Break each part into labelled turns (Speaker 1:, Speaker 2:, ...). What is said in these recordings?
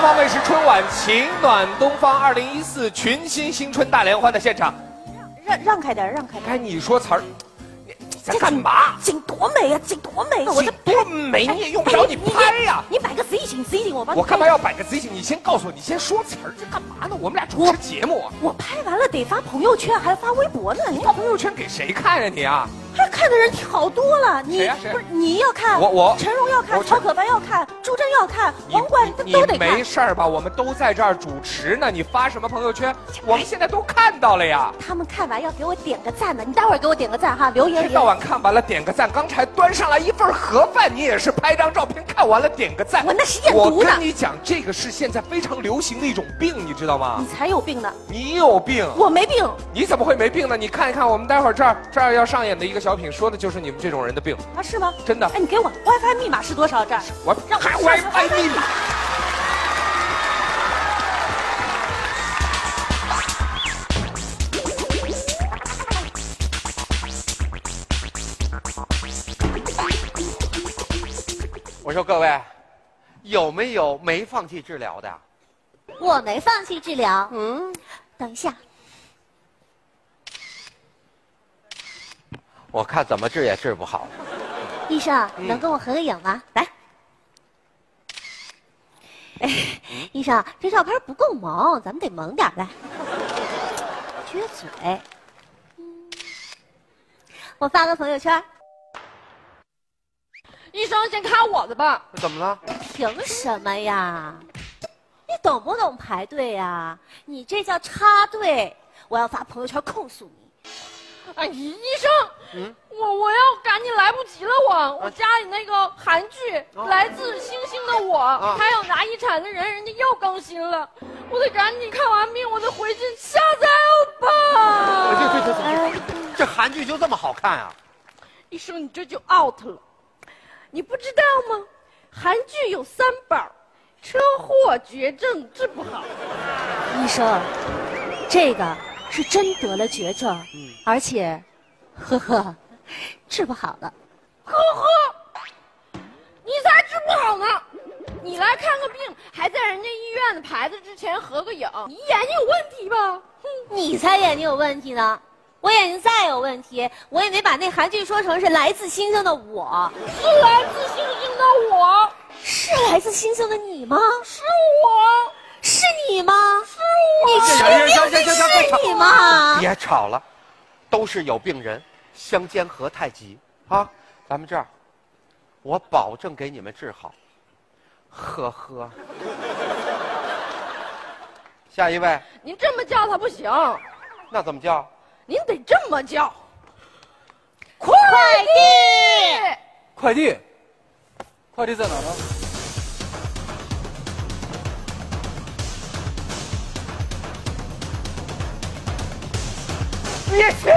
Speaker 1: 方卫视春晚《情暖东方》二零一四群星新春大联欢的现场。
Speaker 2: 让让开点，让开点。
Speaker 1: 该你说词儿，你你在干嘛？
Speaker 2: 景多美呀、景多美、啊！
Speaker 1: 我
Speaker 2: 这哎
Speaker 1: 这多美，你也用不着你拍呀、
Speaker 2: 你摆个 Z 型，Z 型，我帮你。
Speaker 1: 我干嘛？要摆个 Z 型？你先告诉我，你先说词儿，这干嘛呢？我们俩主持节目，
Speaker 2: 我拍完了得发朋友圈，还发微博呢。你
Speaker 1: 发朋友圈给谁看呀、你啊？
Speaker 2: 这看的人好多了，你、
Speaker 1: 谁呀谁呀
Speaker 2: 不是你要看，
Speaker 1: 我我
Speaker 2: 陈荣要看，
Speaker 1: 我
Speaker 2: 曹可凡要看，朱桢要看，
Speaker 1: 你
Speaker 2: 王冠
Speaker 1: 你
Speaker 2: 都得
Speaker 1: 你没
Speaker 2: 看。
Speaker 1: 事儿吧？我们都在这儿主持呢，你发什么朋友
Speaker 2: 哎
Speaker 1: 圈？我们现在都看到了呀。
Speaker 2: 他们看完要给我点个赞呢，你待会儿给我点个赞哈，留言
Speaker 1: 一
Speaker 2: 留
Speaker 1: 到
Speaker 2: 言。
Speaker 1: 晚看完了点个赞，刚才端上来一份盒饭，你也是拍张照片看完了点个赞。
Speaker 2: 我那是验毒的
Speaker 1: 我跟你讲，这个是现在非常流行的一种病，你知道吗
Speaker 2: 你？才有病呢，
Speaker 1: 你有病，
Speaker 2: 我没病。
Speaker 1: 你怎么会没病呢？你看一看，我们待会儿这儿这儿要上演的一个小品，说的就是你们这种人的病。
Speaker 2: 啊，是吗？
Speaker 1: 真的
Speaker 2: 哎，你给我 WiFi 密码是多少？这儿
Speaker 1: 我
Speaker 2: 让我
Speaker 1: 还
Speaker 2: 上去
Speaker 1: WiFi 密码。我说各位，有没有没放弃治疗的？
Speaker 3: 我没放弃治疗。嗯，等一下，
Speaker 4: 我看怎么治也治不好。
Speaker 3: 医生，能跟我合个影吗？来。哎，医生，这照片不够萌，咱们得萌点儿来。撅嘴。嗯我发个朋友圈，
Speaker 5: 医生，先看我的吧。
Speaker 4: 怎么了？
Speaker 3: 凭什么呀？你懂不懂排队呀？你这叫插队！我要发朋友圈控诉你。
Speaker 5: 哎，医生，
Speaker 4: 嗯
Speaker 5: 我我要赶紧来不及了我，
Speaker 4: 啊
Speaker 5: 我家里那个韩剧《
Speaker 4: 哦
Speaker 5: 来自星星的我》
Speaker 4: 啊
Speaker 5: 还有拿遗产的人，人家又更新了，我得赶紧看完病，我得回去下载
Speaker 4: 对
Speaker 5: 吧。
Speaker 4: 啊对对对，这韩剧就这么好看啊？
Speaker 5: 医生，你这就 out 了，你不知道吗？韩剧有三宝，车祸、绝症治不好。
Speaker 3: 医生，这个是真得了绝症，
Speaker 5: 嗯
Speaker 3: 而且，呵呵，治不好了。
Speaker 5: 呵呵，你才治不好呢！你来看个病，还在人家医院的牌子之前合个影，你眼睛有问题吧？哼，
Speaker 3: 你才眼睛有问题呢，我眼睛再有问题，我也没把那韩剧说成是来自星星的我，
Speaker 5: 是来自星星的我，
Speaker 3: 是来自星星的你吗？
Speaker 5: 是我，
Speaker 3: 是你吗？是我，你
Speaker 4: 行行行
Speaker 3: 确
Speaker 4: 行
Speaker 3: 定
Speaker 4: 行行别吵
Speaker 3: 是你吗？
Speaker 4: 别吵了，都是有病人，相煎何太急啊！咱们这样，我保证给你们治好。呵呵。下一位，
Speaker 5: 您这么叫他不行，
Speaker 4: 那怎么叫？
Speaker 5: 您得这么叫。
Speaker 3: 快递，
Speaker 6: 快递，快递在哪儿呢？
Speaker 4: 别去，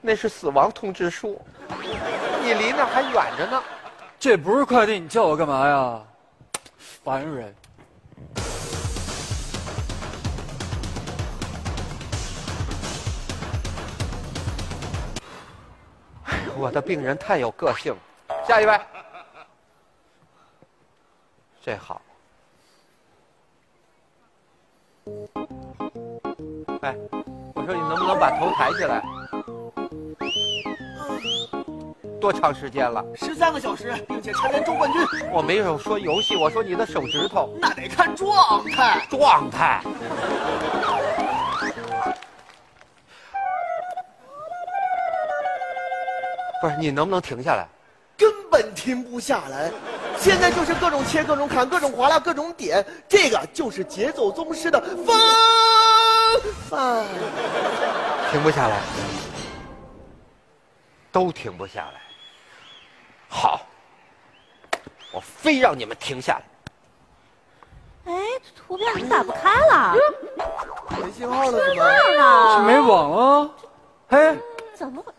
Speaker 4: 那是死亡通知书，你离那儿还远着呢。
Speaker 6: 这不是快递，你叫我干嘛呀？烦人！
Speaker 4: 我的病人太有个性了。下一位，这好。哎，我说你能不能把头抬起来？多长时间了？
Speaker 7: 十三个小时，并且蝉联周冠军，
Speaker 4: 我没有说游戏，我说你的手指头
Speaker 7: 那得看状态。
Speaker 4: 状态。不是，你能不能停下来？
Speaker 7: 根本停不下来。现在就是各种切、各种砍、各种划拉、各种点，这个就是节奏宗师的方法。
Speaker 4: 停不下来，都停不下来。好，我非让你们停下来。
Speaker 3: 哎，图片怎么打不开了？
Speaker 7: 没信号了是吗？
Speaker 3: 这儿呢？
Speaker 6: 没网啊？嘿，
Speaker 3: 怎么会？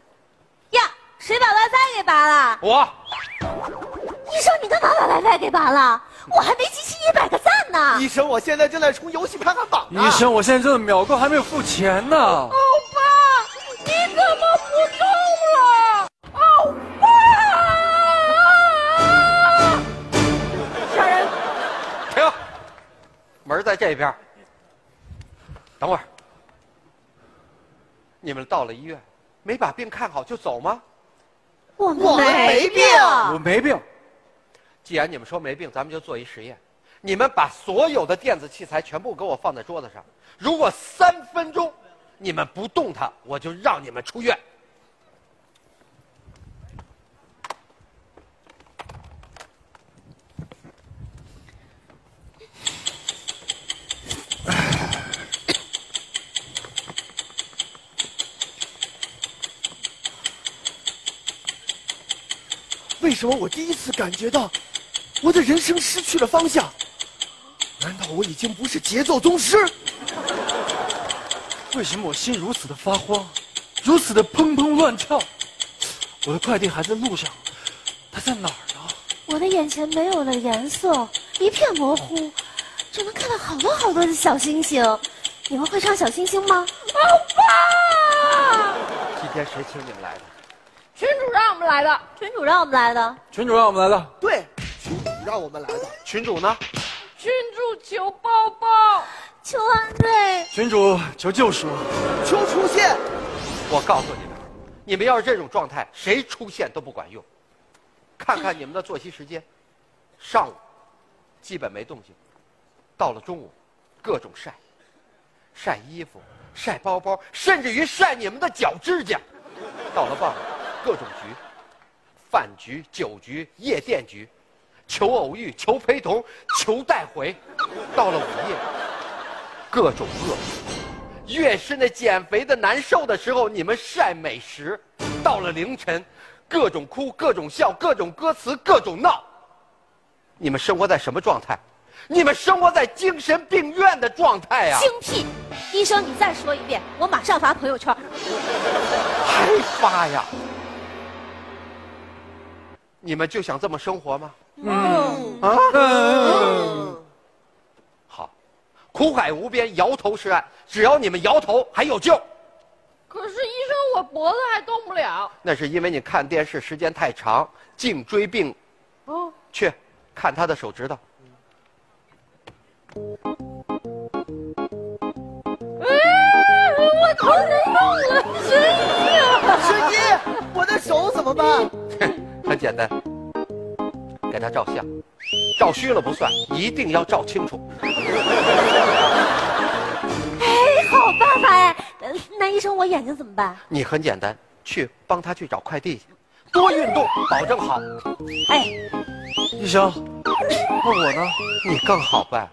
Speaker 3: 呀，谁把 WiFi 给拔了？
Speaker 4: 我
Speaker 3: 医生，你干嘛把 WiFi 给拔了？我还没集齐一百个赞呢。
Speaker 7: 医生，我现在正在冲游戏排行榜啊呢。
Speaker 6: 医，生，我现在正在秒购，还没有付钱呢。
Speaker 5: 欧巴，你怎么不动了？
Speaker 3: 哦
Speaker 5: 欧巴，
Speaker 4: 停。哎门在这边。等会儿，你们到了医院，没把病看好就走吗？
Speaker 3: 我
Speaker 7: 我们没病
Speaker 6: 我没病，
Speaker 4: 既然你们说没病，咱们就做一实验。你们把所有的电子器材全部给我放在桌子上，如果三分钟你们不动它，我就让你们出院。
Speaker 7: 为什么我第一次感觉到我的人生失去了方向？难道我已经不是节奏宗师？
Speaker 6: 为什么我心如此的发慌，如此的砰砰乱跳？我的快递还在路上，它在哪儿呢？
Speaker 3: 我的眼前没有了颜色，一片模糊，只能看到好多好多的小星星。你们会唱小星星吗？
Speaker 5: 爸，
Speaker 4: 今天谁请你们来的？
Speaker 5: 群主让我们来的，
Speaker 3: 群主让我们来的。
Speaker 6: 群主让我们来了，
Speaker 7: 对，群主让我们来的。
Speaker 4: 群主呢？
Speaker 5: 群主求抱抱。
Speaker 3: 求安慰，
Speaker 6: 群主求救赎。
Speaker 7: 求出现，
Speaker 4: 我告诉你们，你们要是这种状态，谁出现都不管用。看看你们的作息时间，上午基本没动静，到了中午，各种晒，晒衣服、晒包包，甚至于晒你们的脚指甲。到了傍晚，各种局，饭局、酒局、夜店局，求偶遇、求陪同、求带回。到了午夜，各种饿。越是那减肥的难受的时候，你们晒美食，到了凌晨，各种哭，各种笑，各种歌词，各种闹。你们生活在什么状态？你们生活在精神病院的状态啊呀、
Speaker 3: 精辟。医生，你再说一遍，我马上发朋友圈。
Speaker 4: 还发呀？你们就想这么生活吗？
Speaker 6: 嗯
Speaker 4: 啊？
Speaker 6: 嗯，
Speaker 4: 好，苦海无边，摇头是岸。只要你们摇头，还有救。
Speaker 5: 可是医生，我脖子还动不了。
Speaker 4: 那是因为你看电视时间太长，颈椎病。
Speaker 5: 哦，
Speaker 4: 去，看他的手指头。
Speaker 5: 哎，我头儿动了，真
Speaker 7: 神医，我的手怎么办？
Speaker 4: 很简单，给他照相，照虚了不算，一定要照清楚。
Speaker 3: 哎，好办法哎！呃那医生，我眼睛怎么办？
Speaker 4: 你很简单，去帮他去找快递去，多运动，保证好。
Speaker 3: 哎，
Speaker 6: 医生，那我呢？
Speaker 4: 你更好办，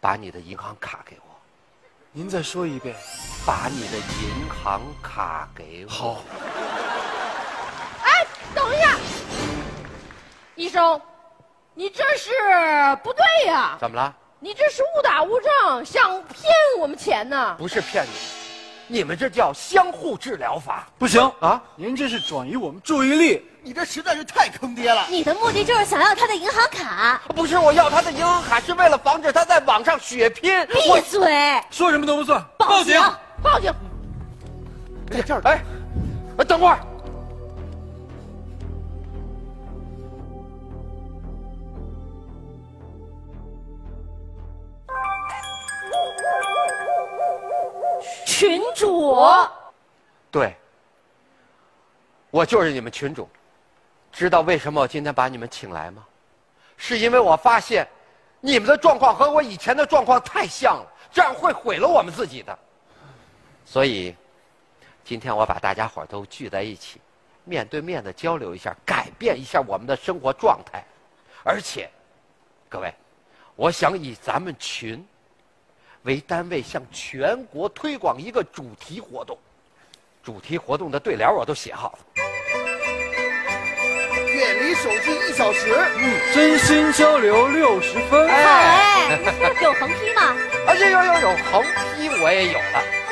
Speaker 4: 把你的银行卡给我，
Speaker 6: 您再说一遍。
Speaker 4: 把你的银行卡给我。
Speaker 6: 好，
Speaker 5: 哎， 等一下，医生，你这是不对呀、
Speaker 4: 怎么了？
Speaker 5: 你这是误打误撞，想骗我们钱呢？
Speaker 4: 不是骗你，你们这叫相互治疗法
Speaker 6: 不行
Speaker 4: 啊！
Speaker 6: 您这是转移我们注意力。
Speaker 7: 你这实在是太坑爹了！
Speaker 3: 你的目的就是想要他的银行卡。
Speaker 4: 不是我要他的银行卡，是为了防止他在网上血拼。我
Speaker 3: 闭嘴！
Speaker 6: 说什么都不算，
Speaker 3: 报警！
Speaker 5: 报警！
Speaker 7: 在这儿
Speaker 4: 哎，哎等会儿。
Speaker 3: 群主，
Speaker 4: 对，我就是你们群主。知道为什么我今天把你们请来吗？是因为我发现，你们的状况和我以前的状况太像了，这样会毁了我们自己的。所以，今天我把大家伙儿都聚在一起，面对面的交流一下，改变一下我们的生活状态。而且，各位，我想以咱们群为单位，向全国推广一个主题活动。主题活动的对联我都写好了。
Speaker 7: 远离手机一小时，
Speaker 6: 嗯，真心交流六十分。
Speaker 3: 好哎，有横批吗？
Speaker 4: 哎呦呦呦呦，横批我也有了。